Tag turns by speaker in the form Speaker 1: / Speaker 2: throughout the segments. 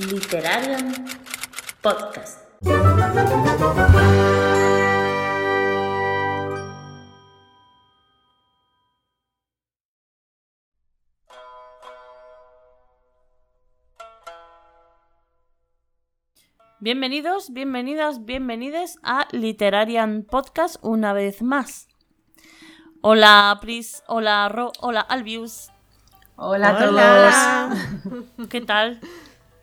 Speaker 1: Literarium Podcast.
Speaker 2: Bienvenidos, bienvenidas, bienvenides a Literarian Podcast una vez más. Hola Pris, hola Ro, hola Albius.
Speaker 3: Hola a
Speaker 4: Hola.
Speaker 3: todos.
Speaker 2: ¿Qué tal?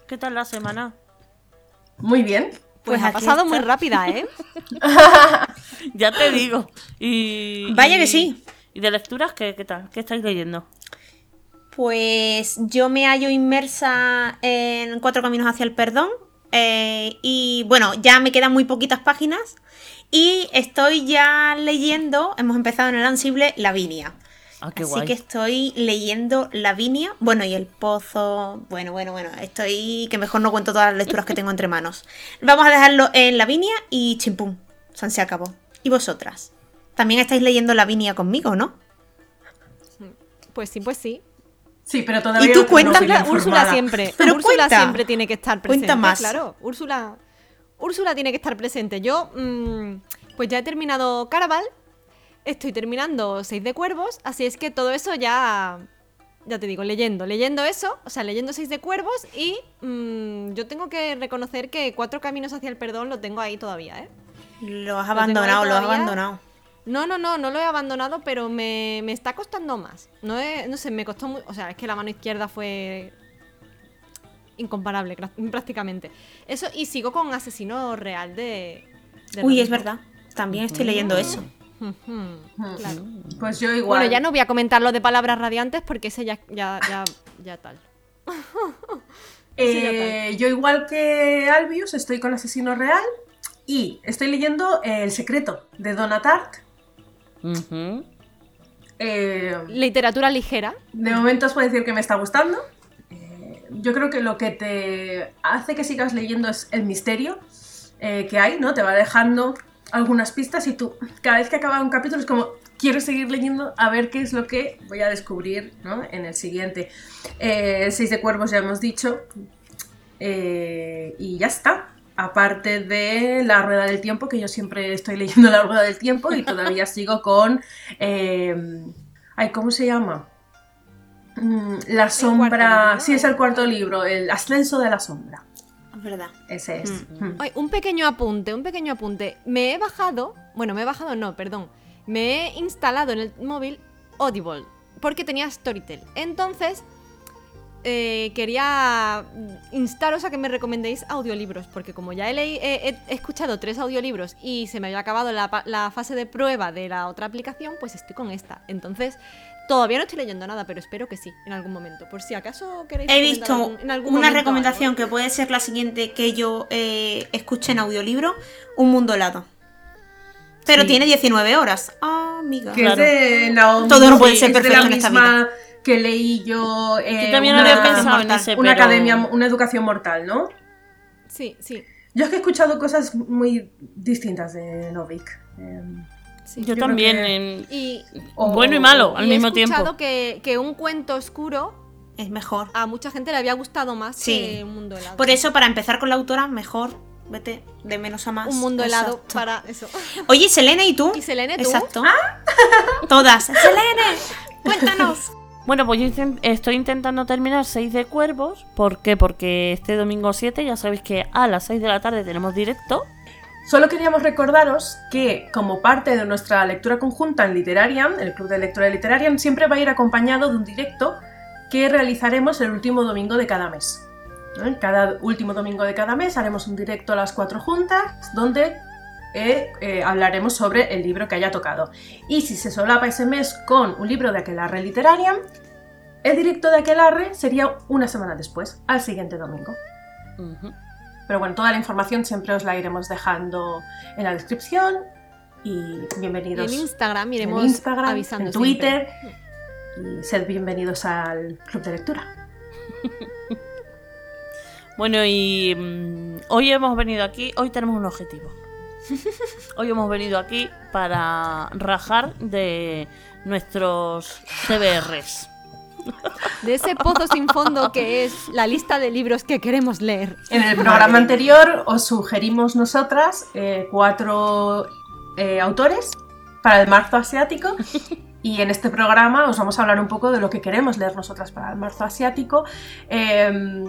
Speaker 2: ¿Qué tal la semana?
Speaker 3: Muy bien.
Speaker 4: Pues, ha pasado muy rápida, ¿eh?
Speaker 2: Ya te digo. Y
Speaker 4: Vaya que
Speaker 2: y-
Speaker 4: sí.
Speaker 2: ¿Y de lecturas qué, qué tal? ¿Qué estáis leyendo?
Speaker 4: Pues yo me hallo inmersa en Cuatro Caminos hacia el Perdón. eh, y bueno, ya me quedan muy poquitas páginas. Y estoy ya leyendo, hemos empezado en el Ansible, Lavinia.
Speaker 2: Ah, qué
Speaker 4: Así
Speaker 2: guay.
Speaker 4: que estoy leyendo Lavinia, bueno, y el pozo, bueno, bueno, bueno, estoy que mejor no cuento todas las lecturas que tengo entre manos. Vamos a dejarlo en Lavinia y chimpum, san se acabó. ¿Y vosotras? También estáis leyendo Lavinia conmigo, ¿no?
Speaker 5: Pues sí, pues sí.
Speaker 3: Sí, pero todavía.
Speaker 4: tú
Speaker 3: no tengo
Speaker 4: cuentas,
Speaker 3: opinión
Speaker 5: Úrsula, Úrsula
Speaker 3: formada.
Speaker 5: siempre.
Speaker 4: Pero
Speaker 5: Úrsula
Speaker 4: cuenta.
Speaker 5: siempre tiene que estar presente.
Speaker 4: Cuenta más.
Speaker 5: Claro, Úrsula. Úrsula tiene que estar presente. Yo, mm, pues ya he terminado Caraval. Estoy terminando Seis de Cuervos. Así es que todo eso ya. Ya te digo, leyendo, leyendo eso, o sea, leyendo Seis de Cuervos y mm, yo tengo que reconocer que Cuatro Caminos hacia el Perdón lo tengo ahí todavía, ¿eh?
Speaker 4: Lo has
Speaker 5: ahí
Speaker 4: abandonado, lo has
Speaker 5: todavía.
Speaker 4: abandonado.
Speaker 5: No, no, no, no lo he abandonado, pero me, me está costando más. No, he- no sé, me costó muy. O sea, es que la mano izquierda fue. incomparable, gra- prácticamente. Eso, y sigo con Asesino Real de. de
Speaker 4: Uy,
Speaker 5: lo
Speaker 4: es
Speaker 5: mismo.
Speaker 4: verdad. También estoy leyendo eso.
Speaker 5: Ujú,
Speaker 3: Mm.
Speaker 5: Claro.
Speaker 3: Pues yo igual.
Speaker 5: Bueno, ya no voy a comentar lo de palabras radiantes porque ese ya. ya, ya, ya tal.
Speaker 3: Eh,
Speaker 5: Sí, ya
Speaker 3: yo igual que Albius estoy con Asesino Real y estoy leyendo eh, El secreto de Donna Tartt.
Speaker 2: Ujú.
Speaker 3: Eh,
Speaker 5: Literatura ligera.
Speaker 3: de momento os puedo decir que me está gustando. Eh, yo creo que lo que te hace que sigas leyendo es el misterio eh, que hay, ¿no? Te va dejando algunas pistas y tú cada vez que acaba un capítulo es como quiero seguir leyendo a ver qué es lo que voy a descubrir ¿no? en el siguiente. Eh, Seis de Cuervos ya hemos dicho. Eh, y ya está. Aparte de La Rueda del Tiempo, que yo siempre estoy leyendo La Rueda del Tiempo y todavía sigo con... eh, ay, ¿cómo se llama? Mm, la sombra...
Speaker 5: libro,
Speaker 3: sí, es el
Speaker 5: el-
Speaker 3: cuarto libro, El Ascenso de la Sombra.
Speaker 4: Es verdad.
Speaker 3: Ese es. Mm.
Speaker 5: Ay, un pequeño apunte, un pequeño apunte. Me he bajado, bueno, me he bajado, no, perdón. Me he instalado en el móvil Audible, porque tenía Storytel. Entonces, eh, quería instaros a que me recomendéis audiolibros, porque como ya he, leí- he- he- he escuchado tres audiolibros y se me había acabado la, pa- la fase de prueba de la otra aplicación, pues estoy con esta. Entonces, todavía no estoy leyendo nada, pero espero que sí, en algún momento. Por si acaso queréis...
Speaker 4: He
Speaker 5: recomendar
Speaker 4: visto
Speaker 5: algún- en algún
Speaker 4: una
Speaker 5: momento
Speaker 4: recomendación
Speaker 5: algo.
Speaker 4: que puede ser la siguiente que yo eh, escuche en audiolibro, Un Mundo Helado. Pero
Speaker 2: Sí.
Speaker 4: tiene 19 horas. Ah, amiga.
Speaker 3: Que
Speaker 2: Claro.
Speaker 3: es de Naomi.
Speaker 4: Todo no puede
Speaker 3: sí,
Speaker 4: ser
Speaker 3: es de
Speaker 4: perfecto en
Speaker 3: la
Speaker 4: esta
Speaker 3: misma que leí yo. eh,
Speaker 2: Yo también
Speaker 3: una,
Speaker 2: había
Speaker 4: educación
Speaker 2: pensado en
Speaker 4: mortal,
Speaker 2: ese,
Speaker 3: una
Speaker 2: pero-
Speaker 3: academia, una educación mortal, ¿no?
Speaker 5: Sí, sí.
Speaker 3: Yo es que he escuchado cosas muy distintas de Novik. Eh,
Speaker 5: sí.
Speaker 2: Yo,
Speaker 3: creo
Speaker 2: también.
Speaker 3: que-
Speaker 2: en-
Speaker 5: Y,
Speaker 3: o-
Speaker 2: Bueno y malo al
Speaker 5: y
Speaker 2: mismo
Speaker 5: he escuchado
Speaker 2: tiempo.
Speaker 5: que, que un cuento oscuro
Speaker 4: Es mejor.
Speaker 5: a mucha gente le había gustado más
Speaker 4: Sí.
Speaker 5: que un mundo helado.
Speaker 4: Por eso, para empezar con la autora, mejor vete de menos a más.
Speaker 5: un mundo helado
Speaker 4: Exacto.
Speaker 5: para eso.
Speaker 4: Oye, Selene, ¿y tú?
Speaker 5: Y Selene, ¿tú?
Speaker 4: Exacto. Todas. Selene, cuéntanos.
Speaker 2: Bueno, pues yo inten- estoy intentando terminar 6 de cuervos. ¿Por qué? Porque este domingo 7 ya sabéis que a las 6 de la tarde tenemos directo.
Speaker 3: Solo queríamos recordaros que, como parte de nuestra lectura conjunta en Literarian, el Club de Lectura de Literarian siempre va a ir acompañado de un directo que realizaremos el último domingo de cada mes. ¿no? Cada último domingo de cada mes haremos un directo a las cuatro juntas donde eh, eh, hablaremos sobre el libro que haya tocado. Y si se solapa ese mes con un libro de Aquelarre Literarian, el directo de Aquelarre sería una semana después, al siguiente domingo.
Speaker 2: Ujú.
Speaker 3: Pero bueno, toda la información siempre os la iremos dejando en la descripción. Y
Speaker 5: Y
Speaker 3: bienvenidos
Speaker 5: en Instagram
Speaker 3: en
Speaker 5: iremos
Speaker 3: Instagram,
Speaker 5: avisando. siempre.
Speaker 3: en Twitter. Y sed bienvenidos al club de lectura.
Speaker 2: Bueno, y mm, hoy hemos venido aquí, hoy tenemos un objetivo. Hoy hemos venido aquí para rajar de nuestros TBRs.
Speaker 5: de ese pozo sin fondo que es la lista de libros que queremos leer.
Speaker 6: En el programa anterior os sugerimos nosotras eh, cuatro eh, autores para el marzo asiático y en este programa os vamos a hablar un poco de lo que queremos leer nosotras para el marzo asiático eh,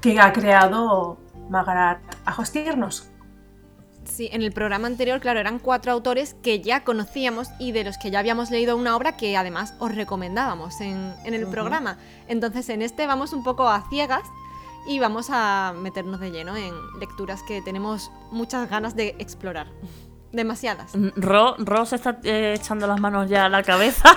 Speaker 6: que ha creado Magarat Ajostirnos.
Speaker 5: Sí, en el programa anterior, claro, eran cuatro autores que ya conocíamos y de los que ya habíamos leído una obra que además os recomendábamos en, en el programa. Entonces, en este vamos un poco a ciegas y vamos a meternos de lleno en lecturas que tenemos muchas ganas de explorar. Demasiadas.
Speaker 2: Ro, Ro se está eh, echando las manos ya a la cabeza.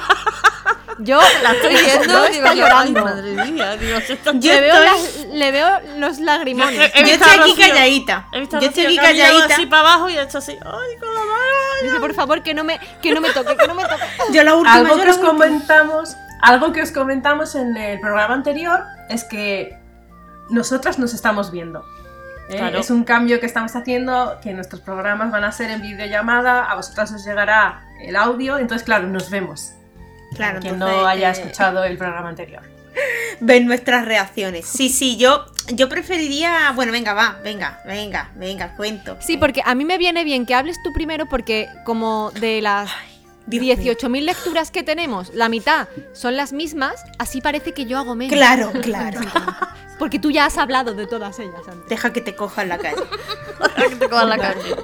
Speaker 5: Yo la estoy viendo
Speaker 4: No,
Speaker 5: y
Speaker 4: está
Speaker 5: va llorando.
Speaker 2: Madre mía, Dios, está...
Speaker 4: Yo
Speaker 5: Le veo,
Speaker 4: estoy-
Speaker 5: las- le veo los lagrimones.
Speaker 2: He
Speaker 4: Yo
Speaker 2: visto
Speaker 4: estoy
Speaker 2: a
Speaker 4: aquí
Speaker 2: Rocío.
Speaker 4: calladita.
Speaker 2: He visto a
Speaker 4: Yo estoy
Speaker 2: Rocío
Speaker 4: aquí
Speaker 2: que ha mirado
Speaker 4: calladita.
Speaker 2: así para abajo y ha hecho así. ¡Ay, con la mano!
Speaker 5: Dice, por favor, que no me, que no me toque, que no me toque.
Speaker 4: Yo la última,
Speaker 6: algo
Speaker 4: yo
Speaker 6: que
Speaker 4: la
Speaker 6: os
Speaker 4: última.
Speaker 6: comentamos, algo que os comentamos en el programa anterior es que nosotras nos estamos viendo. ¿eh?
Speaker 2: Claro.
Speaker 6: Es un cambio que estamos haciendo, que nuestros programas van a ser en videollamada, a vosotras os llegará el audio, entonces claro, nos vemos.
Speaker 4: Claro,
Speaker 6: quien
Speaker 4: entonces,
Speaker 6: no haya
Speaker 4: eh,
Speaker 6: escuchado el programa anterior.
Speaker 4: Ven nuestras reacciones. Sí, sí, yo, yo preferiría. Bueno, venga, va, venga, venga, venga, cuento.
Speaker 5: Sí, porque a mí me viene bien que hables tú primero porque como de las
Speaker 4: Dios
Speaker 5: 18.000 lecturas que tenemos, la mitad son las mismas, así parece que yo hago menos.
Speaker 4: Claro, claro.
Speaker 5: Porque tú ya has hablado de todas ellas antes.
Speaker 4: Deja que te cojan la calle.
Speaker 2: Que te coja la calle.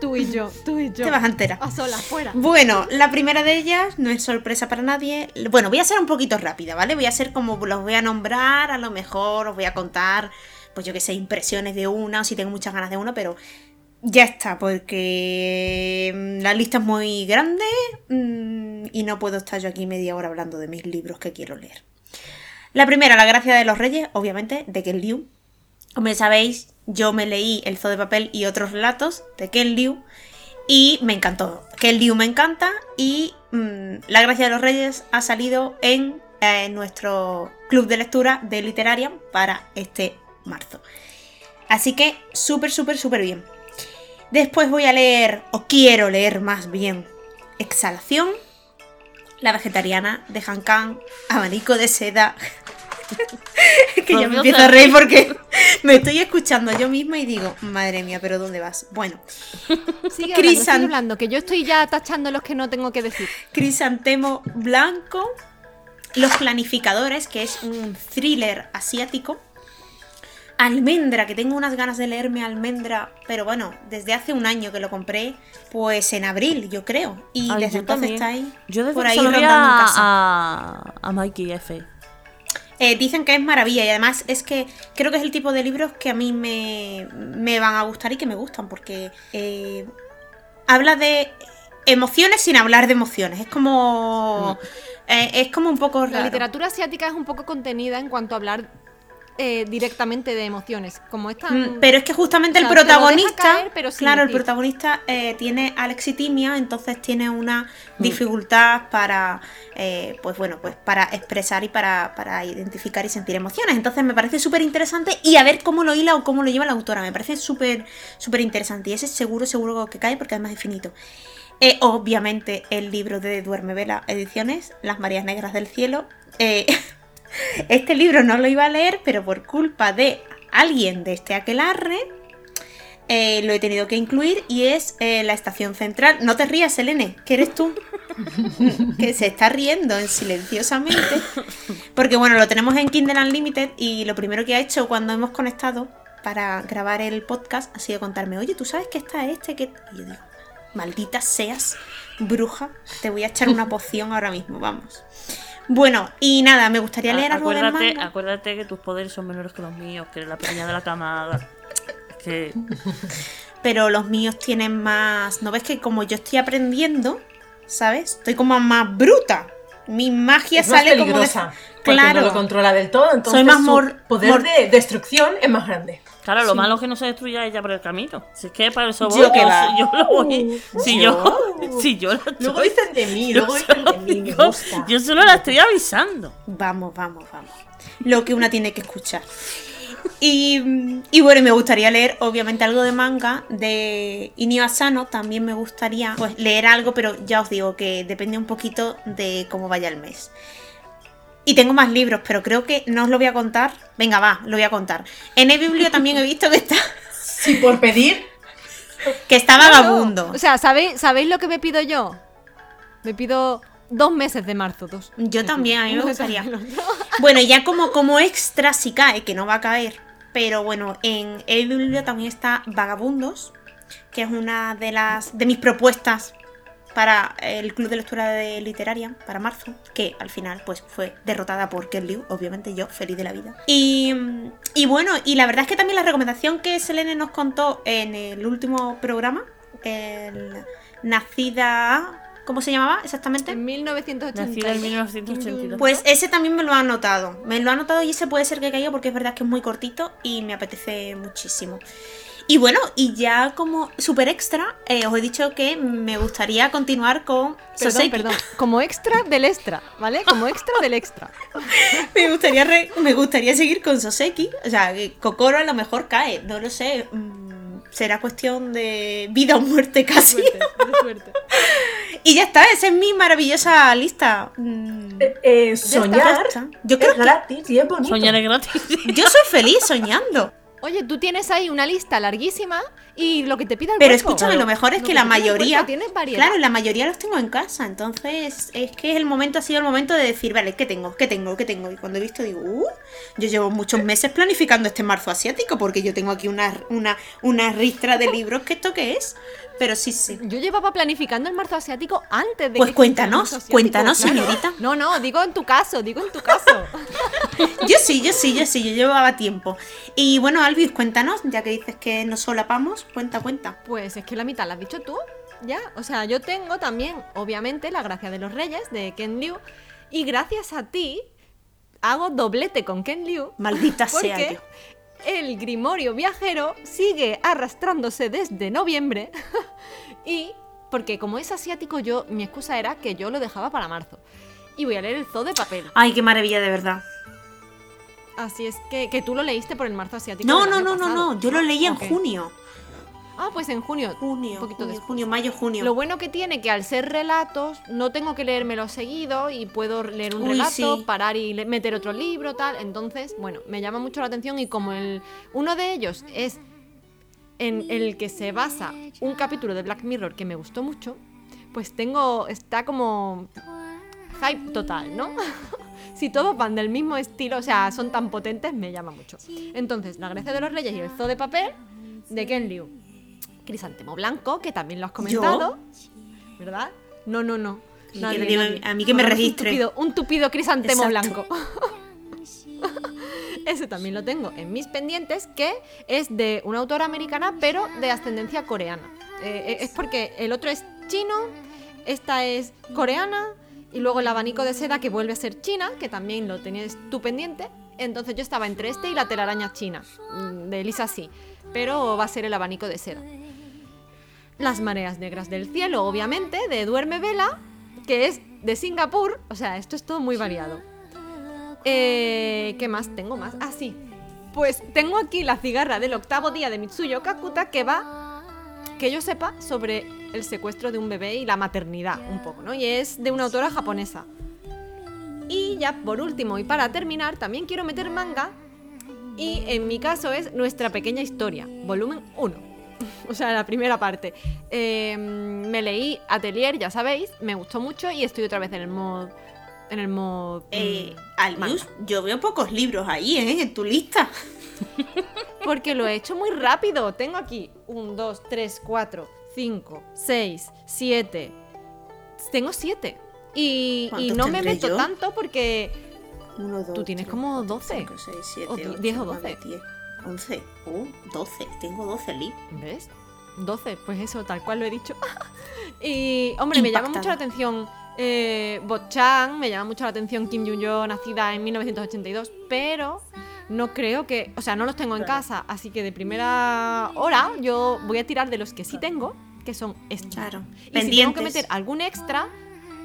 Speaker 5: Tú y yo, tú y yo.
Speaker 4: Te vas a enterar.
Speaker 5: A solas, fuera.
Speaker 4: Bueno, la primera de ellas no es sorpresa para nadie. Bueno, voy a ser un poquito rápida, ¿vale? Voy a ser como los voy a nombrar, a lo mejor os voy a contar, pues yo qué sé, impresiones de una o si tengo muchas ganas de una, pero ya está, porque mm, la lista es muy grande mm, y no puedo estar yo aquí media hora hablando de mis libros que quiero leer. La primera, La Gracia de los Reyes, obviamente, de Ken Liu. Como ya sabéis, yo me leí El Zoo de Papel y otros relatos de Ken Liu y me encantó. Ken Liu me encanta y mm, La Gracia de los Reyes ha salido en eh, nuestro club de lectura de Literaria para este marzo. Así que súper, súper, súper bien. Después voy a leer, o quiero leer más bien, Exhalación, La Vegetariana de Han Kang, Abanico de Seda. que ya me empiezo a reír porque me estoy escuchando yo misma y digo, madre mía, pero ¿dónde vas? Bueno,
Speaker 5: Sigue hablando,
Speaker 4: Crisan-
Speaker 5: sigue hablando, que yo estoy ya tachando los que no tengo que decir.
Speaker 4: Crisantemo Blanco, Los Planificadores, que es un thriller asiático, Almendra, que tengo unas ganas de leerme Almendra, pero bueno, desde hace un año que lo compré, pues en abril, yo creo, y
Speaker 2: Ay,
Speaker 4: desde
Speaker 2: yo
Speaker 4: entonces
Speaker 2: también.
Speaker 4: está ahí,
Speaker 2: Yo desde
Speaker 4: por
Speaker 2: que
Speaker 4: ahí
Speaker 2: se lo vi
Speaker 4: rondando
Speaker 2: a,
Speaker 4: en casa.
Speaker 2: a, a Mikey F.
Speaker 4: Eh, dicen que es maravilla y además es que creo que es el tipo de libros que a mí me, me van a gustar y que me gustan porque eh, habla de emociones sin hablar de emociones. Es como... eh, es como un poco...
Speaker 5: La
Speaker 4: raro.
Speaker 5: literatura asiática es un poco contenida en cuanto a hablar eh, directamente de emociones. Como esta.
Speaker 4: Mm, Pero es que justamente
Speaker 5: o
Speaker 4: el
Speaker 5: sea, te lo deja
Speaker 4: protagonista,
Speaker 5: caer, pero sin
Speaker 4: claro, el
Speaker 5: decir.
Speaker 4: protagonista eh, tiene alexitimia, entonces tiene una dificultad para, eh, pues bueno, pues para expresar y para, para identificar y sentir emociones. Entonces me parece súper interesante y a ver cómo lo hila o cómo lo lleva la autora. Me parece súper, súper interesante y ese seguro, seguro que cae porque además es finito. Eh, obviamente el libro de Duerme Vela Ediciones, Las Marías Negras del Cielo. Eh, este libro no lo iba a leer, pero por culpa de alguien de este aquelarre, eh, lo he tenido que incluir y es eh, la estación central. No te rías, Selene, que eres tú. que se está riendo en- silenciosamente. Porque bueno, lo tenemos en Kindle Unlimited y lo primero que ha hecho cuando hemos conectado para grabar el podcast ha sido contarme, oye, ¿tú sabes que está este? Que... Y yo digo, maldita seas, bruja, te voy a echar una poción ahora mismo, vamos. Bueno, y nada, me gustaría leer
Speaker 2: A-
Speaker 4: algo del
Speaker 2: acuérdate,
Speaker 4: manga.
Speaker 2: acuérdate que tus poderes son menores que los míos, que la pequeña de la camada. Que
Speaker 4: pero los míos tienen más. ¿No ves que como yo estoy aprendiendo, ¿sabes? Estoy como más bruta. Mi magia
Speaker 6: es más
Speaker 4: sale como de.
Speaker 6: peligrosa, porque
Speaker 4: Claro.
Speaker 6: no lo controla del todo, entonces
Speaker 4: Soy más
Speaker 6: su
Speaker 4: mor-
Speaker 6: poder
Speaker 4: mor-
Speaker 6: de destrucción es más grande.
Speaker 2: Claro, lo malo es que no se destruya ella por el camino. Si es que para eso voy,
Speaker 4: Yo que
Speaker 2: yo,
Speaker 4: va.
Speaker 2: si- yo lo voy. Si yo, si yo la
Speaker 6: Luego
Speaker 2: estoy-
Speaker 6: dicen de mí,
Speaker 2: yo
Speaker 6: luego dicen de
Speaker 2: solo
Speaker 6: mí, me
Speaker 2: digo-
Speaker 6: gusta.
Speaker 2: yo solo la estoy avisando.
Speaker 4: Vamos, vamos, vamos. Lo que una tiene que escuchar. Y, y bueno, me gustaría leer, obviamente, algo de manga de Inio Asano. También me gustaría pues, leer algo, pero ya os digo que depende un poquito de cómo vaya el mes. Y tengo más libros, pero creo que no os lo voy a contar. Venga, va, lo voy a contar. En el biblio también he visto que está,
Speaker 3: Si por pedir,
Speaker 4: que está vagabundo.
Speaker 5: O sea, ¿sabéis, ¿sabéis lo que me pido yo? Me pido dos meses de marzo, dos.
Speaker 4: Yo también, a mí me
Speaker 5: Uno
Speaker 4: gustaría.
Speaker 5: tras el otro.
Speaker 4: Bueno, y ya como, como extra si cae, que no va a caer. Pero bueno, en el biblio también está Vagabundos, que es una de las de mis propuestas para el Club de Lectura de Literaria para marzo, que al final pues fue derrotada por Ken Liu, obviamente yo, feliz de la vida. Y, y bueno, y la verdad es que también la recomendación que Selene nos contó en el último programa, el Nacida... ¿Cómo se llamaba exactamente?
Speaker 5: En 1982.
Speaker 2: Nacida en 1982.
Speaker 4: Pues ese también me lo ha anotado. Me lo ha anotado y ese puede ser que caiga porque es verdad que es muy cortito y me apetece muchísimo. Y bueno, y ya como super extra, eh, os he dicho que me gustaría continuar con
Speaker 5: Perdón,
Speaker 4: Soseki.
Speaker 5: perdón. Como extra del extra, ¿vale? Como extra del extra.
Speaker 4: Me gustaría, re- me gustaría seguir con Soseki. O sea, que Kokoro a lo mejor cae, no lo sé. Mm, Será cuestión de vida o muerte casi.
Speaker 5: Suerte, de suerte.
Speaker 4: Y ya está, esa es mi maravillosa lista. Mm,
Speaker 3: eh, eh, soñar
Speaker 4: ya está. Yo creo
Speaker 3: es
Speaker 4: que
Speaker 3: gratis y es bonito.
Speaker 2: Soñar es gratis.
Speaker 4: yo soy feliz soñando.
Speaker 5: Oye, tú tienes ahí una lista larguísima y lo que te pida el
Speaker 4: Pero
Speaker 5: cuerpo.
Speaker 4: escúchame, lo mejor es que la
Speaker 5: te pida el
Speaker 4: mayoría.
Speaker 5: cuerpo, Tienes variedad.
Speaker 4: Claro, la mayoría los tengo en casa. Entonces, es que es el momento, ha sido el momento de decir, vale, ¿qué tengo? ¿Qué tengo? ¿Qué tengo? Y cuando he visto, digo, uh, yo llevo
Speaker 5: Eh.
Speaker 4: muchos meses planificando este marzo asiático, porque yo tengo aquí una, una, una ristra de libros que esto qué es. Pero sí, sí.
Speaker 5: Yo llevaba planificando el marzo asiático antes de
Speaker 4: Pues
Speaker 5: que
Speaker 4: cuéntanos,
Speaker 5: existiera el marzo
Speaker 4: cuéntanos,
Speaker 5: asiático, claro.
Speaker 4: señorita.
Speaker 5: No, no, digo en tu caso, digo en tu caso.
Speaker 4: Yo sí, yo sí, yo sí, yo llevaba tiempo. Y bueno, Alvis, cuéntanos, ya que dices que nos solapamos, cuenta, cuenta.
Speaker 5: Pues es que la mitad la has dicho tú, ya. O sea, yo tengo también, obviamente, La Gracia de los Reyes de Ken Liu. Y gracias a ti, hago doblete con Ken Liu.
Speaker 4: Maldita sea
Speaker 5: Porque
Speaker 4: yo.
Speaker 5: el Grimorio Viajero sigue arrastrándose desde noviembre. y porque como es asiático, yo mi excusa era que yo lo dejaba para marzo. Y voy a leer el zoo de papel.
Speaker 4: Ay, qué maravilla, de verdad.
Speaker 5: Así es que, que tú lo leíste por el marzo asiático.
Speaker 4: No,
Speaker 5: del
Speaker 4: no,
Speaker 5: año
Speaker 4: no, no,
Speaker 5: pasado.
Speaker 4: no. Yo lo leí en
Speaker 5: Ok.
Speaker 4: junio.
Speaker 5: Ah, pues en junio.
Speaker 4: Junio,
Speaker 5: Un poquito
Speaker 4: junio,
Speaker 5: después.
Speaker 4: junio, mayo, junio.
Speaker 5: Lo bueno que tiene que al ser relatos no tengo que leérmelo seguido y puedo leer un
Speaker 4: Uy,
Speaker 5: relato,
Speaker 4: sí.
Speaker 5: parar y le- meter otro libro, tal. Entonces, bueno, me llama mucho la atención y como el uno de ellos es en el que se basa un capítulo de Black Mirror que me gustó mucho, pues tengo está como hype total, ¿no? si todos van del mismo estilo, o sea, son tan potentes, me llama mucho. Entonces, La Grecia de los Reyes y el Zoo de Papel de Ken Liu. Crisantemo Blanco, que también lo has comentado, ¿verdad? No, no, no.
Speaker 4: Y que le digan a mí que me
Speaker 5: Pongamos
Speaker 4: registre.
Speaker 5: Un tupido, un tupido crisantemo
Speaker 4: Exacto.
Speaker 5: blanco. Ese también lo tengo en mis pendientes, que es de una autora americana, pero de ascendencia coreana. Eh, eh, es porque el otro es chino, esta es coreana, y luego el abanico de seda que vuelve a ser china, que también lo tenías tú pendiente. Entonces yo estaba entre este y la telaraña china, mm, de Elisa sí, pero va a ser el abanico de seda. Las mareas negras del cielo, obviamente, de Duerme Vela, que es de Singapur. O sea, esto es todo muy variado. Eh, ¿Qué más? Tengo más. Ah, sí. Pues tengo aquí la cigarra del octavo día de Mitsuyo Kakuta que va, que yo sepa, sobre el secuestro de un bebé y la maternidad, un poco, ¿no? Y es de una autora japonesa. Y ya por último, y para terminar, también quiero meter manga. Y en mi caso es Nuestra Pequeña Historia, volumen 1. O sea, la primera parte. Eh, me leí Atelier, ya sabéis, me gustó mucho y estoy otra vez en el mod. En el mod. mm,
Speaker 4: Eh, Alius,
Speaker 5: manga.
Speaker 4: yo veo pocos libros ahí, ¿eh? En tu lista.
Speaker 5: Porque lo he hecho muy rápido. Tengo aquí 1, 2, 3, 4, 5, 6, 7. Tengo 7. Y, y
Speaker 4: ¿Cuántos
Speaker 5: no me
Speaker 4: tendré
Speaker 5: meto
Speaker 4: yo?
Speaker 5: tanto porque
Speaker 4: Uno, dos,
Speaker 5: tú tienes
Speaker 4: tres,
Speaker 5: como
Speaker 4: cuatro,
Speaker 5: 12.
Speaker 4: cinco, seis, siete,
Speaker 5: O di-
Speaker 4: ocho,
Speaker 5: 10 o
Speaker 4: nueve,
Speaker 5: 12.
Speaker 4: diez, 11. Oh, 12. Tengo 12 libros.
Speaker 5: ¿Ves? 12, pues eso, tal cual lo he dicho. y, hombre, me llama mucho
Speaker 4: Impactada.
Speaker 5: la atención eh, Bochang, me llama mucho la atención Kim Jong-un, nacida en 1982, pero no creo que. O sea, no los tengo en casa, así que de primera hora yo voy a tirar de los que sí tengo, que son estos.
Speaker 4: Claro.
Speaker 5: Y si tengo que
Speaker 4: Pendientes.
Speaker 5: meter algún extra,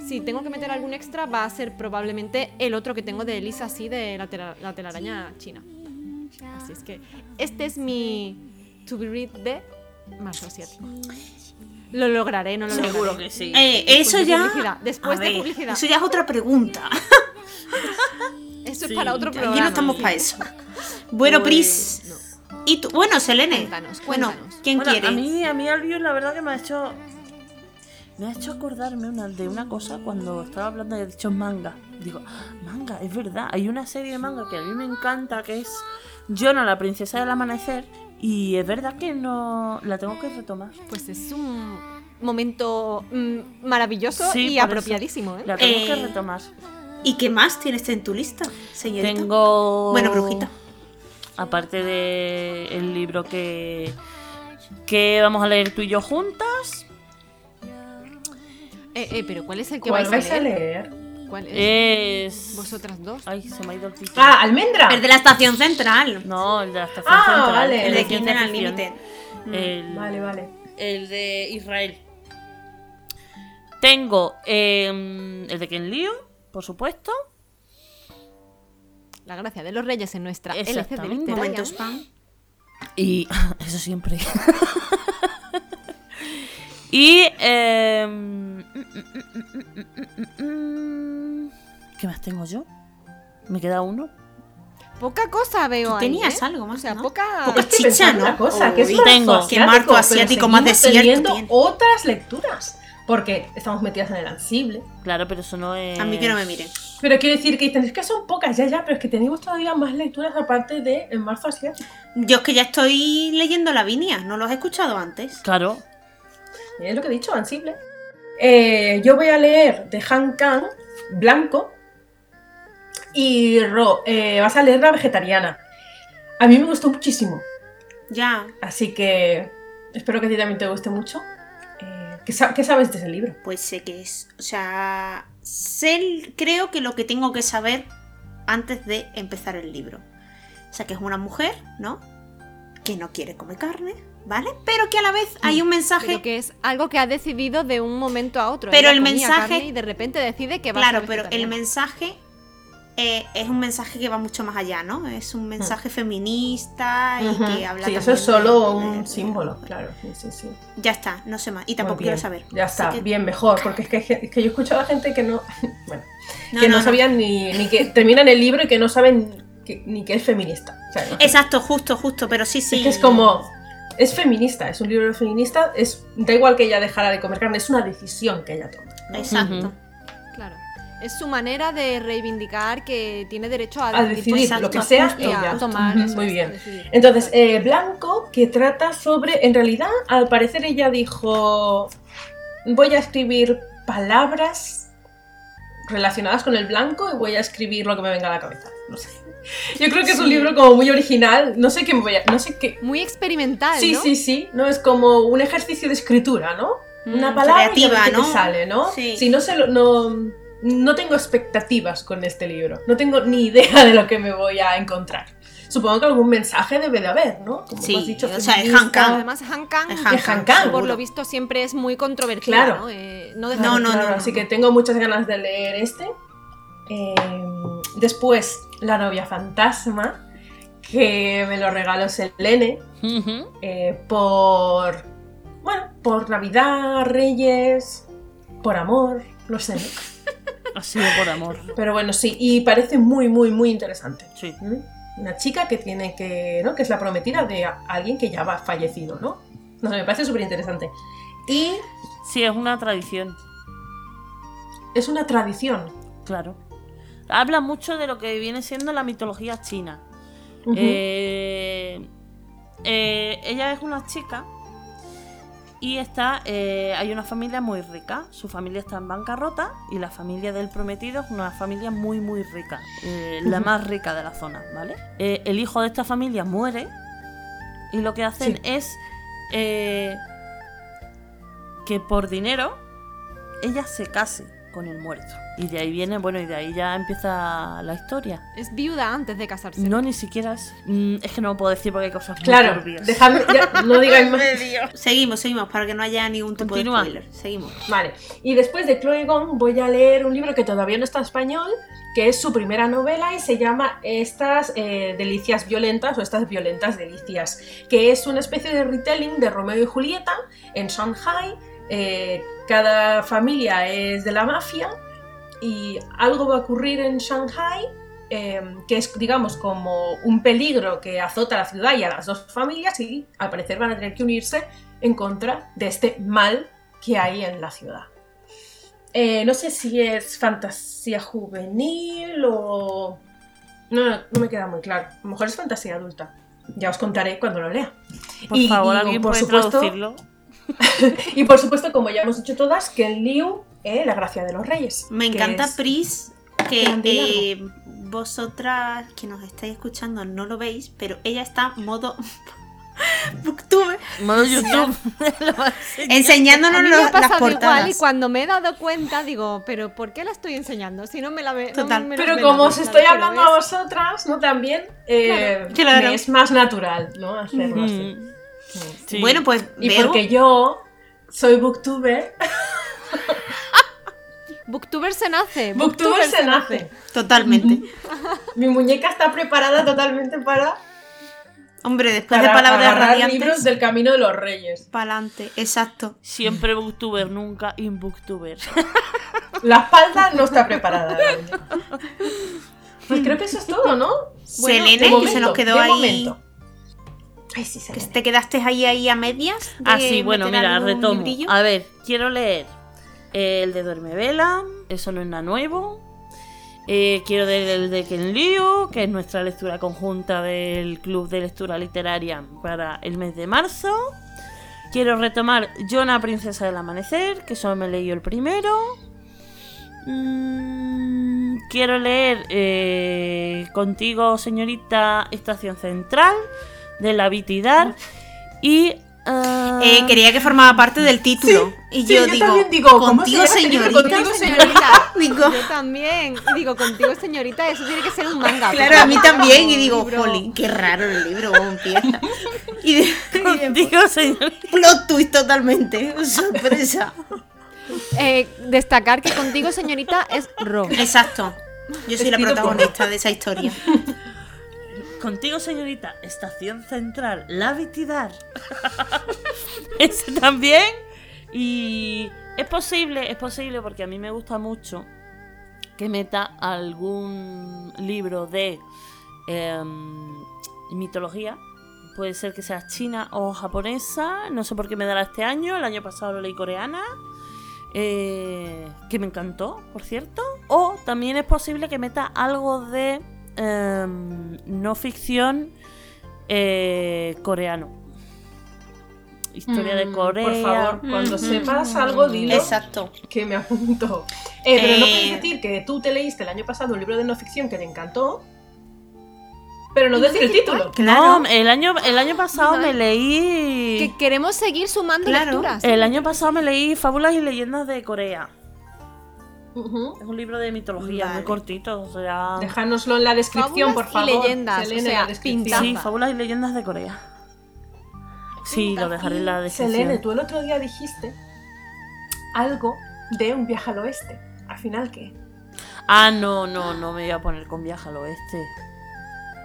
Speaker 5: si tengo que meter algún extra, va a ser probablemente el otro que tengo de Elisa, así de la, tela- la telaraña china. Así es que este es mi to be read de marzo asiático. Lo lograré, no lo
Speaker 2: Seguro
Speaker 5: lograré.
Speaker 2: que sí.
Speaker 4: Eh,
Speaker 5: Después
Speaker 4: eso
Speaker 5: de
Speaker 4: ya.
Speaker 5: publicidad, después
Speaker 4: a
Speaker 5: de publicidad.
Speaker 4: Eso ya es otra pregunta.
Speaker 5: Eso es
Speaker 2: Sí,
Speaker 5: para otro programa.
Speaker 4: Aquí no estamos para eso. Bueno, Pris. Y tú, bueno, Selene.
Speaker 5: Pues, Cuéntanos,
Speaker 4: Bueno,
Speaker 5: cuéntanos.
Speaker 4: ¿quién
Speaker 2: Bueno,
Speaker 4: quiere?
Speaker 2: A mí, a mí Albion la verdad que me ha hecho... Me ha hecho acordarme una, de una cosa cuando estaba hablando de dicho manga. Digo, "Ah, manga, es verdad. Hay una serie de manga que a mí me encanta que es Jonah, la princesa del amanecer. Y es verdad que no... La tengo que retomar.
Speaker 5: Pues es un momento mm, maravilloso
Speaker 2: Sí, por
Speaker 5: y
Speaker 2: eso.
Speaker 5: apropiadísimo, ¿eh?
Speaker 2: La tengo que
Speaker 4: Eh,
Speaker 2: retomar.
Speaker 4: ¿Y qué más tienes en tu lista, señorita?
Speaker 2: Tengo...
Speaker 4: Bueno, brujita.
Speaker 2: Aparte de el libro que... Que vamos a leer tú y yo juntas.
Speaker 5: Eh, eh, pero ¿cuál es el que
Speaker 3: ¿Cuál
Speaker 5: vais a
Speaker 3: vais a
Speaker 5: leer?
Speaker 3: leer?
Speaker 5: ¿Cuál es?
Speaker 2: Es...
Speaker 5: Vosotras dos.
Speaker 2: Ay, se me ha ido el pico.
Speaker 3: Ah, almendra.
Speaker 4: El de la estación central.
Speaker 2: No, el de la estación
Speaker 3: Ah,
Speaker 2: central.
Speaker 3: vale.
Speaker 4: El
Speaker 3: El
Speaker 4: de Mm,
Speaker 3: de
Speaker 4: Kindle al
Speaker 2: ciencia
Speaker 4: límite.
Speaker 2: ficción. El,
Speaker 3: Vale, vale.
Speaker 2: el de Israel. Tengo em, el de Ken Liu, por supuesto.
Speaker 5: La gracia de los reyes en nuestra LC de
Speaker 2: Exactamente.
Speaker 5: literaria.
Speaker 4: Momentos fan.
Speaker 2: Y eso siempre. y... em, mm, mm, mm, mm, mm, mm. ¿Qué más tengo yo? ¿Me queda uno?
Speaker 5: Poca cosa veo
Speaker 4: Tú
Speaker 5: ahí,
Speaker 4: tenías
Speaker 5: ¿eh?
Speaker 4: algo más,
Speaker 5: O sea,
Speaker 4: ¿no?
Speaker 5: poca...
Speaker 4: Poca-
Speaker 3: Estoy
Speaker 4: Chicha,
Speaker 3: pensando
Speaker 4: ¿no?
Speaker 3: Una cosa, que es
Speaker 2: Uy,
Speaker 3: marco
Speaker 2: tengo.
Speaker 4: Que marco
Speaker 3: pero
Speaker 4: asiático más
Speaker 3: seguimos
Speaker 4: desierto
Speaker 3: teniendo
Speaker 4: tiene.
Speaker 3: otras lecturas, porque estamos metidas en el ansible.
Speaker 2: Claro, pero eso no es...
Speaker 4: A mí que no me miren.
Speaker 3: Pero quiero decir que dicen, es que son pocas, ya, ya, pero es que tenemos todavía más lecturas aparte de el marzo asiático.
Speaker 4: Yo es que ya estoy leyendo Lavinia, no los he escuchado antes.
Speaker 2: Claro.
Speaker 3: Es lo que he dicho, ansible. Eh, yo voy a leer de Han Kang, Blanco, y Ro, eh, vas a leer La Vegetariana. A mí me gustó muchísimo.
Speaker 4: Ya,
Speaker 3: Así que espero que a ti también te guste mucho. Eh, ¿qué, sa- qué sabes de ese libro?
Speaker 4: pues sé que es. O sea, sé, el- creo que lo que tengo que saber antes de empezar el libro. O sea, que es una mujer, ¿no? Que no quiere comer carne, ¿vale? Pero que a la vez hay un
Speaker 5: Mm, Pero
Speaker 4: mensaje.
Speaker 5: que es algo que ha decidido de un momento a otro.
Speaker 4: Pero
Speaker 5: Ella
Speaker 4: el
Speaker 5: comía
Speaker 4: mensaje-
Speaker 5: carne Y de repente decide que va a
Speaker 4: Claro,
Speaker 5: ser
Speaker 4: pero el
Speaker 5: vegetariana.
Speaker 4: mensaje eh, es un mensaje que va mucho más allá, ¿no? Es
Speaker 5: Mm.
Speaker 4: un mensaje feminista y
Speaker 3: Ujú.
Speaker 4: que habla
Speaker 3: sí, eso es
Speaker 4: también de-
Speaker 3: solo
Speaker 4: de-
Speaker 3: un
Speaker 4: de-
Speaker 3: símbolo, claro. Sí, sí, sí.
Speaker 4: Ya está, no sé más. Y
Speaker 3: Muy
Speaker 4: tampoco
Speaker 3: bien,
Speaker 4: quiero saber.
Speaker 3: Ya
Speaker 4: Así
Speaker 3: está,
Speaker 4: que-
Speaker 3: bien, mejor, porque es que, es que yo he escuchado a gente que no, bueno,
Speaker 4: No,
Speaker 3: que no,
Speaker 4: no, no.
Speaker 3: sabían Ni, ni que terminan el libro y que no saben que- ni que es feminista. O sea, no.
Speaker 4: Exacto, justo, justo, pero sí, sí.
Speaker 3: Es que es como, es feminista, es un libro feminista, es, da igual que ella dejara de comer carne, es una decisión que ella toma. ¿no?
Speaker 4: Exacto.
Speaker 2: Ujú.
Speaker 5: Claro. Es su manera de reivindicar que tiene derecho a,
Speaker 3: A decidir
Speaker 5: pues,
Speaker 3: lo que
Speaker 5: a-
Speaker 3: sea,
Speaker 5: y a
Speaker 3: ella.
Speaker 5: tomar.
Speaker 3: Ujú,
Speaker 5: eso
Speaker 3: muy
Speaker 5: es, a
Speaker 3: bien.
Speaker 5: decidir.
Speaker 3: Entonces, eh, Blanco, que trata sobre, en realidad, al parecer ella dijo, voy a escribir palabras relacionadas con el blanco y voy a escribir lo que me venga a la cabeza. No sé. Yo creo que es un libro como muy original, no sé qué me voy a... No sé qué...
Speaker 5: Muy experimental,
Speaker 3: Sí,
Speaker 5: ¿no?
Speaker 3: sí, sí, no es como un ejercicio de escritura, ¿no? Una
Speaker 4: Mm,
Speaker 3: palabra y a ver
Speaker 4: creativa,
Speaker 3: qué te
Speaker 4: ¿no?
Speaker 3: sale, ¿no?
Speaker 4: Sí.
Speaker 3: Si no se lo- no, no tengo expectativas con este libro, no tengo ni idea de lo que me voy a encontrar. Supongo que algún mensaje debe de haber, ¿no? Como
Speaker 4: Sí,
Speaker 3: has dicho,
Speaker 4: o sea, es
Speaker 3: feminista.
Speaker 4: Hankan.
Speaker 5: Además, Han Kang,
Speaker 4: Es
Speaker 3: Es Hankan,
Speaker 5: por
Speaker 3: seguro.
Speaker 5: lo visto, siempre es muy controvertido,
Speaker 3: Claro.
Speaker 5: ¿no? Eh, no deja
Speaker 3: Claro,
Speaker 5: de-
Speaker 4: no,
Speaker 3: claro,
Speaker 4: no, no.
Speaker 3: Así que tengo muchas ganas de leer este. Eh, después, La novia fantasma, que me lo regaló Selene
Speaker 2: Ujú.
Speaker 3: eh, por. Bueno, por Navidad, Reyes, por amor, no sé. ¿no?
Speaker 2: Ha sido por amor.
Speaker 3: Pero bueno, sí, y parece muy, muy, muy interesante.
Speaker 2: Sí.
Speaker 3: ¿Mm? Una chica que tiene que. ¿no? Que es la prometida de a- alguien que ya va fallecido, ¿no? No sé, me parece súper interesante. Y
Speaker 2: Sí, es una tradición.
Speaker 3: es una tradición.
Speaker 2: Claro. Habla mucho de lo que viene siendo la mitología china.
Speaker 3: Ujú.
Speaker 2: Eh, eh, ella es una chica y está, eh, hay una familia muy rica. Su familia está en bancarrota y la familia del prometido es una familia muy, muy rica. eh, la más rica de la zona, ¿vale? Eh, el hijo de esta familia muere y lo que hacen
Speaker 3: Sí.
Speaker 2: es eh, que por dinero ella se case con el muerto. Y de ahí viene, bueno, y de ahí ya empieza la historia.
Speaker 5: Es viuda antes de casarse.
Speaker 2: No, ni siquiera es. Mm, es que no puedo decir porque hay cosas muy
Speaker 3: Claro,
Speaker 2: turbias.
Speaker 3: dejadme, ya, no digáis más.
Speaker 4: Seguimos, seguimos, para que no haya ningún tipo
Speaker 2: Continúa.
Speaker 4: de spoiler. Seguimos.
Speaker 3: Vale, y después de Chloe Gong voy a leer un libro que todavía no está en español, que es su primera novela y se llama Estas eh, Delicias Violentas o Estas Violentas Delicias, que es una especie de retelling de Romeo y Julieta en Shanghai. eh, cada familia es de la mafia y algo va a ocurrir en Shanghai eh, que es, digamos, como un peligro que azota a la ciudad y a las dos familias y al parecer van a tener que unirse en contra de este mal que hay en la ciudad. Eh, no sé si es fantasía juvenil o... No, no, no me queda muy claro. A lo mejor es fantasía adulta. Ya os contaré cuando lo lea.
Speaker 2: Por
Speaker 3: Y-
Speaker 2: favor,
Speaker 3: y,
Speaker 2: alguien
Speaker 3: por
Speaker 2: puede
Speaker 3: supuesto-
Speaker 2: traducirlo.
Speaker 3: Y por supuesto, como ya hemos dicho todas, que el Liu es la gracia de los reyes.
Speaker 4: Me
Speaker 3: que
Speaker 4: encanta,
Speaker 3: es-
Speaker 4: Pris, que
Speaker 3: grande y
Speaker 4: eh, vosotras que nos estáis escuchando no lo veis, pero ella está modo booktube
Speaker 2: Modo YouTube.
Speaker 5: A
Speaker 4: enseñándonos
Speaker 5: mí me
Speaker 4: los-
Speaker 5: ha pasado
Speaker 4: las portadas.
Speaker 5: igual y cuando me he dado cuenta digo, pero ¿por qué la estoy enseñando? Si no me la ve- no
Speaker 4: Total.
Speaker 5: me la
Speaker 3: Pero
Speaker 5: ve
Speaker 3: como
Speaker 5: nadie,
Speaker 3: os
Speaker 5: ¿sabes?
Speaker 3: estoy
Speaker 5: Pero
Speaker 3: hablando
Speaker 5: es-
Speaker 3: a vosotras, ¿no? También eh,
Speaker 4: Claro, claro.
Speaker 3: me es más natural, ¿no? Hacerlo así.
Speaker 2: Mm,
Speaker 3: Sí.
Speaker 2: sí.
Speaker 4: Bueno, pues
Speaker 3: Y
Speaker 4: Beu,
Speaker 3: porque yo soy booktuber,
Speaker 5: Booktuber se nace.
Speaker 3: booktuber se nace.
Speaker 4: totalmente.
Speaker 3: Mi muñeca está preparada totalmente para,
Speaker 4: Hombre, después de
Speaker 3: para
Speaker 4: palabras
Speaker 3: agarrar
Speaker 4: radiantes,
Speaker 3: libros del camino de los reyes.
Speaker 4: para adelante, exacto.
Speaker 2: Siempre booktuber, nunca inbooktuber.
Speaker 3: La espalda no está preparada. la muñeca. Pues creo que eso es todo, ¿no?
Speaker 4: Bueno, Selene,
Speaker 3: De
Speaker 4: que
Speaker 3: momento,
Speaker 4: se nos quedó
Speaker 3: de
Speaker 4: ahí-
Speaker 3: momento. Ay, sí,
Speaker 4: Que
Speaker 3: Selene.
Speaker 4: te quedaste ahí ahí a medias. de
Speaker 2: Ah,
Speaker 3: Eh,
Speaker 2: sí, bueno,
Speaker 4: meter
Speaker 2: mira,
Speaker 4: algún
Speaker 2: retomo.
Speaker 4: librillo.
Speaker 2: A ver, quiero leer eh, el de Duerme Vela, eso no es nada nuevo. Eh, quiero leer el de Ken Liu, que es nuestra lectura conjunta del Club de Lectura Literaria para el mes de marzo. Quiero retomar Jonah, Princesa del Amanecer, que solo me leí el primero. Mm, quiero leer eh, contigo, señorita, Estación Central, de la Vitidar. Y... ah,
Speaker 4: Eh, quería que formaba parte del título. y
Speaker 3: sí,
Speaker 4: yo,
Speaker 3: yo
Speaker 4: digo,
Speaker 3: también digo, ¿cómo se
Speaker 4: contigo,
Speaker 3: llama este libro?
Speaker 4: señorita.
Speaker 3: Contigo,
Speaker 4: señorita. digo,
Speaker 5: Yo también. Y digo, contigo, señorita, eso tiene que ser un manga.
Speaker 4: Claro, a mí también. Y digo,
Speaker 5: Libro.
Speaker 4: jolín, qué raro el libro, cómo empieza. Y de,
Speaker 2: Contigo, señorita.
Speaker 4: plot twist totalmente. Sorpresa.
Speaker 5: Eh, destacar que contigo, señorita, es Ro.
Speaker 4: Exacto. Yo soy la
Speaker 3: Escrito por-
Speaker 4: protagonista de esa historia.
Speaker 2: Contigo, señorita, Estación Central, La Vitidar. Ese también. Y es posible, es posible porque a mí me gusta mucho que meta algún libro de em, mitología. Puede ser que sea china o japonesa. No sé por qué me dará este año. El año pasado lo leí coreana. eh, que me encantó, por cierto. O también es posible que meta algo de em, no ficción eh, coreano. Historia de
Speaker 3: Mm,
Speaker 2: Corea.
Speaker 3: Por favor, cuando
Speaker 4: Mm,
Speaker 3: sepas algo, dilo
Speaker 4: Exacto.
Speaker 3: que me apunto. Eh, pero no puedes
Speaker 4: Eh.
Speaker 3: decir que tú te leíste el año pasado un libro de no ficción que te encantó, pero no decir el título.
Speaker 4: Claro.
Speaker 2: No, el año, el año pasado me leí.
Speaker 5: Que queremos seguir sumando
Speaker 4: Claro.
Speaker 5: lecturas.
Speaker 2: El año pasado me leí Fábulas y Leyendas de Corea.
Speaker 3: Ujú.
Speaker 2: Es un libro de mitología
Speaker 4: Vale.
Speaker 2: muy cortito. O sea...
Speaker 3: Déjanoslo en la
Speaker 5: Fábulas
Speaker 3: descripción, por
Speaker 5: y
Speaker 3: favor.
Speaker 5: leyendas,
Speaker 3: Selene,
Speaker 5: o
Speaker 3: en
Speaker 5: sea,
Speaker 3: la descripción.
Speaker 5: pinta.
Speaker 2: Sí,
Speaker 5: Tapa.
Speaker 2: Fábulas y Leyendas de Corea. Sí, lo dejaré en la
Speaker 3: Selene,
Speaker 2: descripción.
Speaker 3: tú el otro día dijiste algo de un viaje al oeste. Al final, ¿qué?
Speaker 2: Ah, no, no, no me voy a poner con viaje al oeste.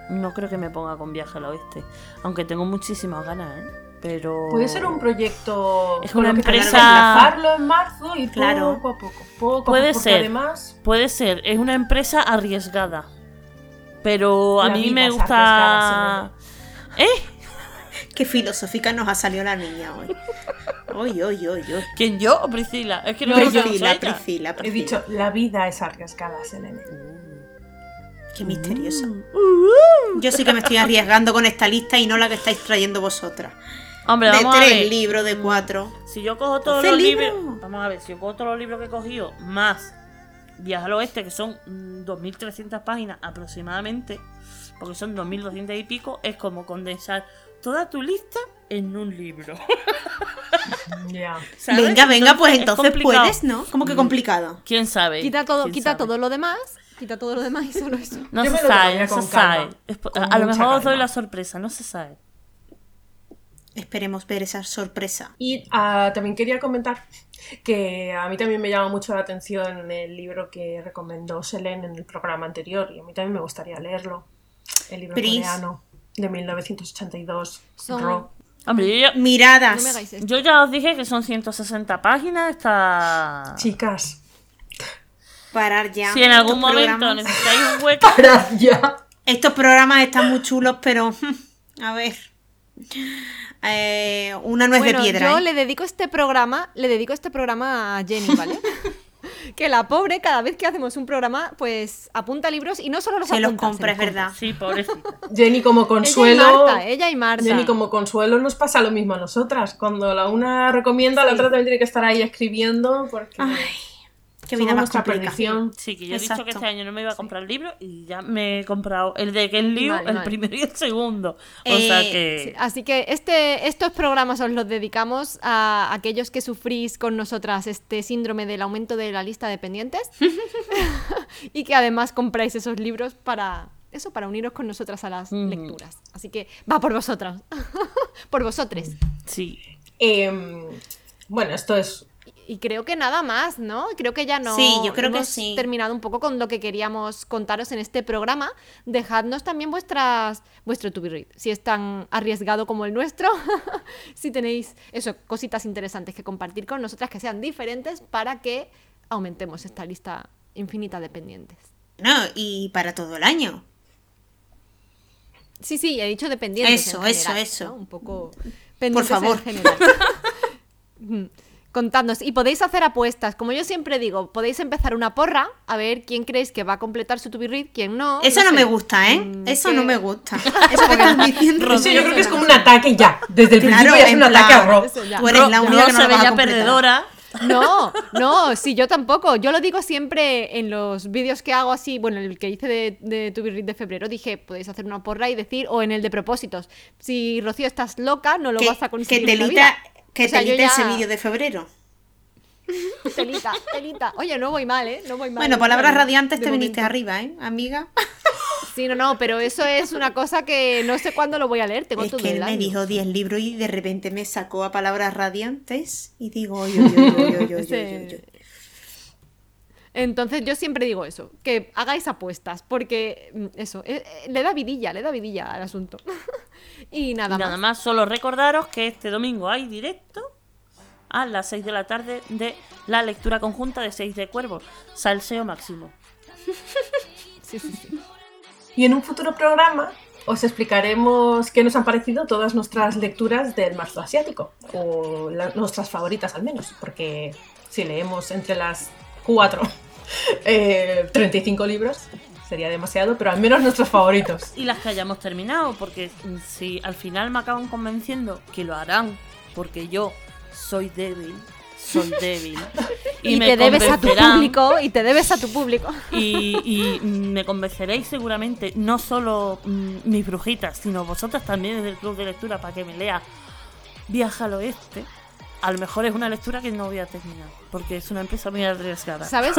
Speaker 2: No creo que me ponga con viaje al oeste. Aunque tengo muchísimas ganas, ¿eh? Pero.
Speaker 3: Puede ser un proyecto
Speaker 2: Oh. Es
Speaker 3: con
Speaker 2: una
Speaker 3: lo que tener que
Speaker 2: empresa-
Speaker 3: enlazarlo en marzo y
Speaker 4: Claro.
Speaker 3: poco a poco. poco a
Speaker 2: Puede
Speaker 3: poco, porque
Speaker 2: ser.
Speaker 3: Además,
Speaker 2: Puede ser, es una empresa arriesgada. Pero a
Speaker 3: La
Speaker 2: mí
Speaker 3: vida
Speaker 2: me
Speaker 3: es
Speaker 2: gusta.
Speaker 3: arriesgada,
Speaker 4: Qué filosófica nos ha salido la niña hoy. Hoy, hoy, hoy, hoy.
Speaker 2: ¿Quién yo o Priscila? Es que no,
Speaker 3: No,
Speaker 2: me
Speaker 3: yo,
Speaker 2: acuerdo, soy
Speaker 4: Priscila,
Speaker 2: ella.
Speaker 4: Priscila,
Speaker 3: he
Speaker 4: Priscila.
Speaker 3: dicho, la vida es arriesgada, Selene.
Speaker 4: Qué misteriosa. Yo sí que me estoy arriesgando con esta lista y no la que estáis trayendo vosotras.
Speaker 2: Hombre,
Speaker 4: De
Speaker 2: vamos a
Speaker 4: tres
Speaker 2: ver.
Speaker 4: libros, de cuatro.
Speaker 2: Si yo cojo todos
Speaker 4: Doce
Speaker 2: los
Speaker 4: libros.
Speaker 2: libros. Vamos a ver, si yo cojo todos los libros que he cogido, más Viaje al Oeste, que son mm, 2.300 páginas aproximadamente, porque son 2.200 y pico, es como condensar toda tu lista en un libro.
Speaker 5: Mm,
Speaker 3: Ya.
Speaker 2: ¿sabes?
Speaker 4: Venga, venga, pues
Speaker 2: es
Speaker 4: entonces
Speaker 2: complicado.
Speaker 4: puedes, ¿no? Mm. Como que complicado.
Speaker 2: ¿Quién sabe?
Speaker 5: Quita todo,
Speaker 2: ¿Quién
Speaker 5: quita
Speaker 2: sabe?
Speaker 5: todo lo demás. Quita todo lo demás y solo eso.
Speaker 2: No
Speaker 3: Yo
Speaker 2: se
Speaker 3: me
Speaker 2: sabe,
Speaker 3: lo tomaría
Speaker 2: no se
Speaker 3: con
Speaker 2: sabe.
Speaker 3: calma,
Speaker 2: Es po-
Speaker 3: con
Speaker 2: A a lo
Speaker 3: mucha
Speaker 2: mejor os doy
Speaker 3: calma.
Speaker 2: la sorpresa, no se sabe.
Speaker 4: Esperemos ver esa sorpresa.
Speaker 3: Y ah, también quería comentar que a mí también me llama mucho la atención el libro que recomendó Selene en el programa anterior y a mí también me gustaría leerlo. El libro
Speaker 4: Pris.
Speaker 3: coreano de 1982.
Speaker 5: Son-
Speaker 3: Ro.
Speaker 2: Hombre, yo ya,
Speaker 5: No me hagáis
Speaker 4: Miradas.
Speaker 5: esto.
Speaker 2: yo
Speaker 5: Ah.
Speaker 2: ya os dije que son 160 páginas, está...
Speaker 3: Chicas,
Speaker 4: parar ya.
Speaker 2: Si en algún
Speaker 4: Estos
Speaker 2: momento
Speaker 4: programas-
Speaker 2: necesitáis un hueco,
Speaker 3: Parad ya.
Speaker 4: Estos programas están muy chulos, pero a ver. Eh, una no es
Speaker 5: bueno,
Speaker 4: de piedra.
Speaker 5: yo
Speaker 4: ¿eh?
Speaker 5: le dedico este programa, le dedico este programa a Jenny, ¿vale? que la pobre, cada vez que hacemos un programa, pues apunta libros y no solo los
Speaker 4: Se los
Speaker 5: apunta,
Speaker 4: compra, es verdad.
Speaker 2: sí, pobrecita.
Speaker 3: Jenny como
Speaker 5: Ella y
Speaker 3: consuelo.
Speaker 5: Marta, ella y Marta.
Speaker 3: Jenny como consuelo nos pasa lo mismo a nosotras. Cuando la una recomienda, la otra también tiene que estar ahí escribiendo porque
Speaker 4: Qué
Speaker 3: somos
Speaker 4: vida más
Speaker 3: nuestra
Speaker 4: complicada.
Speaker 3: perdición.
Speaker 2: Sí, que yo he
Speaker 4: Exacto.
Speaker 2: dicho que este año no me iba a comprar el libro y ya me he comprado el de Ken Liu,
Speaker 5: Vale,
Speaker 2: el
Speaker 5: vale.
Speaker 2: primero y el segundo. O
Speaker 4: Eh,
Speaker 2: sea
Speaker 5: Sí,
Speaker 2: que.
Speaker 5: Así que este, estos programas os los dedicamos a aquellos que sufrís con nosotras este síndrome del aumento de la lista de pendientes y que además compráis esos libros para eso, para uniros con nosotras a las
Speaker 2: Mm.
Speaker 5: lecturas. Así que va por vosotras, por vosotres.
Speaker 2: Sí.
Speaker 3: Em, bueno, esto es.
Speaker 5: Y creo que nada más, ¿no? Creo que ya no.
Speaker 4: Sí, yo creo que
Speaker 5: hemos
Speaker 4: sí.
Speaker 5: terminado un poco con lo que queríamos contaros en este programa. Dejadnos también vuestras vuestro to be read, si es tan arriesgado como el nuestro. si tenéis eso, cositas interesantes que compartir con nosotras que sean diferentes para que aumentemos esta lista infinita de pendientes.
Speaker 4: No, y para todo el año.
Speaker 5: Sí, sí, he dicho dependientes.
Speaker 4: Eso,
Speaker 5: en general,
Speaker 4: eso, eso.
Speaker 5: ¿no? Un poco pendientes
Speaker 4: favor.
Speaker 5: En general. Mm. Contadnos, y podéis hacer apuestas. Como yo siempre digo, podéis empezar una porra a ver quién creéis que va a completar su to be read, quién no.
Speaker 4: Eso no
Speaker 5: sé.
Speaker 4: me gusta, ¿eh?
Speaker 5: Mm,
Speaker 4: Eso
Speaker 5: que-
Speaker 4: no me gusta. Eso que estás diciendo.
Speaker 3: Eso yo creo que es como un ataque ya. Desde el
Speaker 4: Claro,
Speaker 3: principio ya es
Speaker 4: en
Speaker 3: un ataque a
Speaker 4: plan-
Speaker 3: Rob.
Speaker 5: Eso ya.
Speaker 4: Tú eres
Speaker 2: Ro-
Speaker 4: la única que no
Speaker 2: Rosa
Speaker 4: lo vas a
Speaker 2: Bella
Speaker 4: completar.
Speaker 2: perdedora.
Speaker 5: No, no, sí, yo tampoco. Yo lo digo siempre en los vídeos que hago así, bueno, el que hice de, de To Be Read de febrero, dije, podéis hacer una porra y decir, o en el de propósitos, si Rocío estás loca, no lo
Speaker 4: Que,
Speaker 5: vas a
Speaker 4: que
Speaker 5: conseguir.
Speaker 4: te
Speaker 5: en la
Speaker 4: lita,
Speaker 5: vida.
Speaker 4: que
Speaker 5: O sea,
Speaker 4: te
Speaker 5: yo
Speaker 4: lita ese
Speaker 5: ya-
Speaker 4: vídeo de febrero.
Speaker 5: Telita, telita. Oye, no voy mal, ¿eh? No voy mal.
Speaker 4: Bueno,
Speaker 5: no
Speaker 4: palabras
Speaker 5: voy mal.
Speaker 4: radiantes
Speaker 5: De
Speaker 4: te viniste
Speaker 5: momento.
Speaker 4: arriba, ¿eh, amiga?
Speaker 5: Sí, no, no, pero eso es una cosa que no sé cuándo lo voy a leer. Tengo
Speaker 4: Es
Speaker 5: todo
Speaker 4: que
Speaker 5: el
Speaker 4: él me
Speaker 5: año.
Speaker 4: dijo 10 libros y de repente me sacó a palabras radiantes y digo, oye, oye, oye, oye, oye, oye,
Speaker 5: Ese-
Speaker 4: oye.
Speaker 5: Entonces yo siempre digo eso, que hagáis apuestas, porque mm, eso, eh, eh, le da vidilla, le da vidilla al asunto. y nada,
Speaker 2: Y nada más,
Speaker 5: más.
Speaker 2: solo recordaros que este domingo hay directo a las 6 de la tarde de la lectura conjunta de 6 de Cuervos. Salseo máximo.
Speaker 5: Sí, sí, sí.
Speaker 3: Y en un futuro programa os explicaremos qué nos han parecido todas nuestras lecturas del marzo asiático, o la- nuestras favoritas al menos, porque si leemos entre las cuatro eh, 35 libros, sería demasiado, pero al menos nuestros favoritos.
Speaker 2: Y las que hayamos terminado, porque si al final me acaban convenciendo que lo harán, porque yo soy débil, soy débil.
Speaker 5: Y,
Speaker 2: me
Speaker 5: te debes a tu
Speaker 2: convencerán,
Speaker 5: público, y te debes a tu público.
Speaker 2: Y, y me convenceréis seguramente, no solo mm, mis brujitas, sino vosotras también desde el club de lectura para que me lea Viaja al Oeste. A lo mejor es una lectura que no voy a terminar, porque es una empresa muy arriesgada.
Speaker 5: ¿Sabes?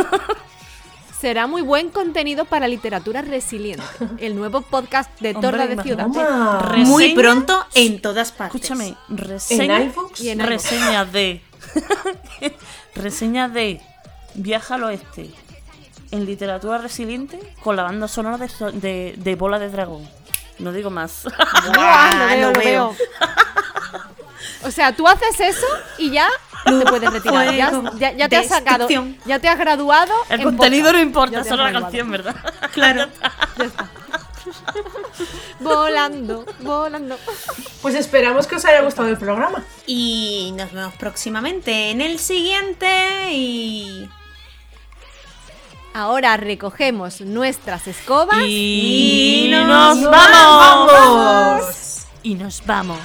Speaker 5: Será muy buen contenido para literatura resiliente, el nuevo podcast de
Speaker 2: Hombre,
Speaker 5: Torre de
Speaker 2: imagínate.
Speaker 5: Ciudad.
Speaker 3: ¡Toma!
Speaker 2: Reseña-
Speaker 4: Muy pronto en todas partes.
Speaker 2: Escúchame,
Speaker 3: En
Speaker 2: reseña,
Speaker 3: iBooks
Speaker 5: Y en iVoox.
Speaker 2: reseña de. reseña de Viaja al Oeste en literatura resiliente con la banda sonora de, so- de- de Bola de Dragón. No digo más.
Speaker 5: Buah, lo
Speaker 4: Ah,
Speaker 5: veo, lo veo. O sea, tú haces eso y ya te puedes retirar. Ya,
Speaker 4: Fuego.
Speaker 5: ya- ya te has sacado,
Speaker 4: Destrucción.
Speaker 5: ya te has graduado.
Speaker 2: El
Speaker 5: en
Speaker 2: contenido
Speaker 5: podcast.
Speaker 2: no
Speaker 5: Ya
Speaker 2: importa,
Speaker 5: te
Speaker 2: solo
Speaker 5: has
Speaker 2: la
Speaker 5: graduado.
Speaker 2: canción, ¿verdad?
Speaker 4: Claro.
Speaker 5: Volando, volando.
Speaker 3: Pues esperamos que os haya gustado el programa.
Speaker 4: Y nos vemos próximamente en el siguiente y...
Speaker 5: Ahora recogemos nuestras escobas.
Speaker 2: Y,
Speaker 4: Y
Speaker 2: nos,
Speaker 4: nos
Speaker 2: vamos.
Speaker 3: ¡Vamos!
Speaker 2: Y nos vamos.